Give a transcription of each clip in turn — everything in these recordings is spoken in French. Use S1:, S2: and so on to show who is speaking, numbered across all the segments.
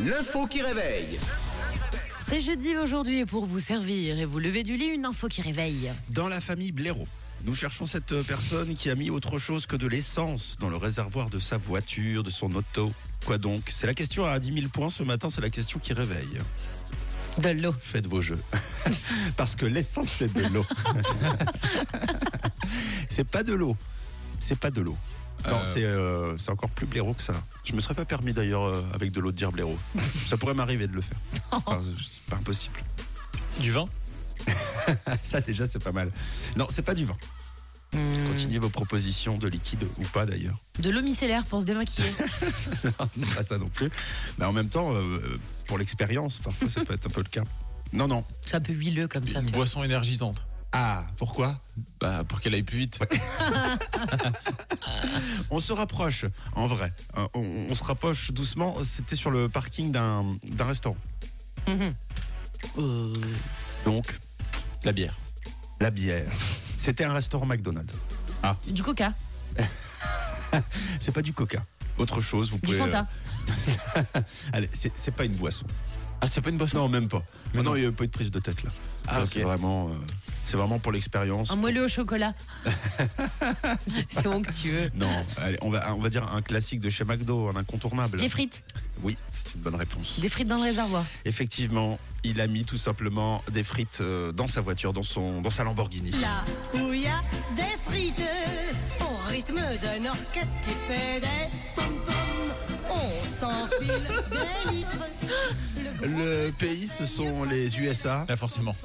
S1: L'info qui réveille.
S2: C'est jeudi aujourd'hui et pour vous servir et vous lever du lit, une info qui réveille.
S3: Dans la famille Blaireau, nous cherchons cette personne qui a mis autre chose que de l'essence dans le réservoir de sa voiture, de son auto. Quoi donc C'est la question à 10 000 points ce matin, c'est la question qui réveille.
S2: De l'eau.
S3: Faites vos jeux. Parce que l'essence, c'est de l'eau. c'est pas de l'eau. C'est pas de l'eau. Non,
S4: Euh.
S3: c'est euh, c'est encore plus blaireau que ça. Je me serais pas permis d'ailleurs euh, avec de l'eau de dire blaireau. ça pourrait m'arriver de le faire. Enfin, c'est pas impossible.
S4: Du vin
S3: Ça déjà c'est pas mal. Non, c'est pas du vin. Continuez vos propositions de liquide ou pas d'ailleurs.
S2: De l'eau micellaire pour se démaquiller.
S3: Non, c'est pas ça non plus. Mais en même temps, euh, pour l'expérience, parfois ça peut être un peu le cas. Non, non.
S2: C'est un peu huileux comme ça.
S4: Une
S2: tu vois.
S4: boisson énergisante.
S3: Ah, pourquoi
S4: Bah, pour qu'elle aille plus vite.
S3: On se rapproche, en vrai. Euh, on, on se rapproche doucement. C'était sur le parking d'un d'un restaurant. Mmh.
S2: Euh,
S3: Donc,
S4: La bière.
S3: la bière. C'était un restaurant McDonald's.
S2: du coca,
S3: C'est pas du coca. Autre chose, vous
S2: du
S3: pouvez. euh,
S2: fanta.
S3: Allez, c'est c'est pas une boisson.
S4: Ah, c'est pas une boisson
S3: Non, même pas.
S4: Mais
S3: Ah non,
S4: non.
S3: il n'y a pas eu de prise de tête là.
S4: Ah,
S3: Là,
S4: ok.
S3: C'est vraiment, euh, c'est vraiment pour l'expérience.
S2: Un moelleux au chocolat. C'est onctueux.
S3: Non, allez, on va, on va dire un classique de chez McDo, un incontournable.
S2: Des frites.
S3: Oui, c'est une bonne réponse.
S2: Des frites dans le réservoir.
S3: Effectivement, il a mis tout simplement des frites euh, dans sa voiture, dans, son, dans sa Lamborghini.
S5: Là où il y a des frites Au rythme d'un orchestre qui fait des pom-pom On s'enfile des litres Le, gros
S3: Le
S5: de
S3: pays, ce sont les USA.
S4: Là, forcément.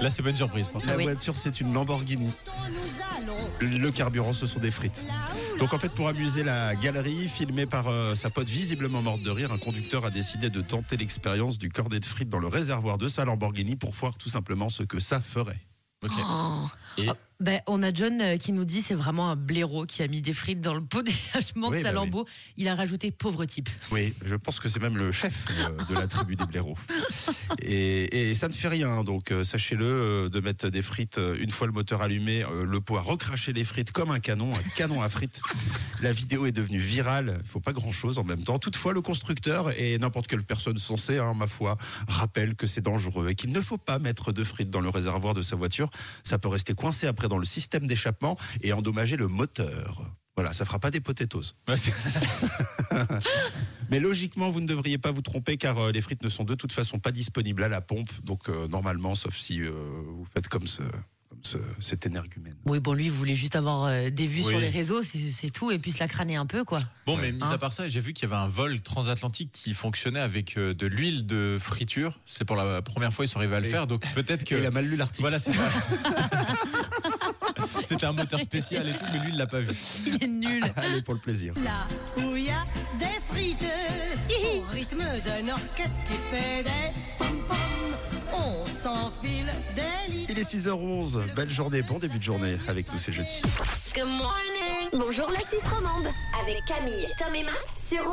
S4: Là, c'est pas une surprise. par contre.
S3: La
S2: Ah oui.
S3: voiture, c'est une Lamborghini.
S5: Dont nous allons
S3: Le carburant, ce sont des frites.
S5: là où
S3: Donc en fait, pour amuser la galerie, filmé par euh, sa pote visiblement morte de rire, un conducteur a décidé de tenter l'expérience du cornet de frites dans le réservoir de sa Lamborghini pour voir tout simplement ce que ça ferait.
S4: Ok.
S2: Oh.
S4: Et-
S2: Oh, ben, on a John euh, qui nous dit c'est vraiment un blaireau qui a mis des frites dans le pot d'éhachement
S3: Oui,
S2: de sa
S3: bah oui.
S2: lambeau. Il a rajouté pauvre type.
S3: Oui, je pense que c'est même le chef euh, de la tribu des blaireaux. Et, et ça ne fait rien, donc euh, sachez-le, euh, de mettre des frites euh, une fois le moteur allumé, euh, le pot à recracher les frites comme un canon, un canon à frites. La vidéo est devenue virale, il faut pas grand-chose en même temps. Toutefois, le constructeur et n'importe quelle personne censée, hein, ma foi, rappelle que c'est dangereux et qu'il ne faut pas mettre de frites dans le réservoir de sa voiture. Ça peut rester coincé après dans le système d'échappement et endommager le moteur. Voilà, ça fera pas des potatoes.
S4: Ouais, c'est-
S3: Mais logiquement, vous ne devriez pas vous tromper car euh, les frites ne sont de toute façon pas disponibles à la pompe. Donc euh, normalement, sauf si euh, vous faites comme ce, comme ce, cet énergumène.
S2: Oui, bon, lui, il voulait juste avoir euh, des vues sur
S4: Oui.
S2: les réseaux, c'est c'est tout, et puis se la crâner un peu, quoi.
S4: Bon, mais mis
S2: Hein
S4: à part ça, j'ai vu qu'il y avait un vol transatlantique qui fonctionnait avec euh, de l'huile de friture. C'est pour la première fois ils sont arrivés à le
S3: Et-
S4: faire, donc peut-être que.
S3: Il a mal lu l'article.
S4: Voilà, c'est ça. C'était un moteur spécial et tout, mais lui, il l'a pas vu.
S2: Il est nul.
S3: Allez pour le plaisir.
S5: Là où il y a des frites Au rythme d'un orchestre qui fait des pom-pom On s'enfile des litres
S3: Il est 6h11. Belle journée, bon début de journée avec nous, c'est jeudi.
S6: Bonjour la Suisse romande avec Camille, Tom et Matt, c'est rouge.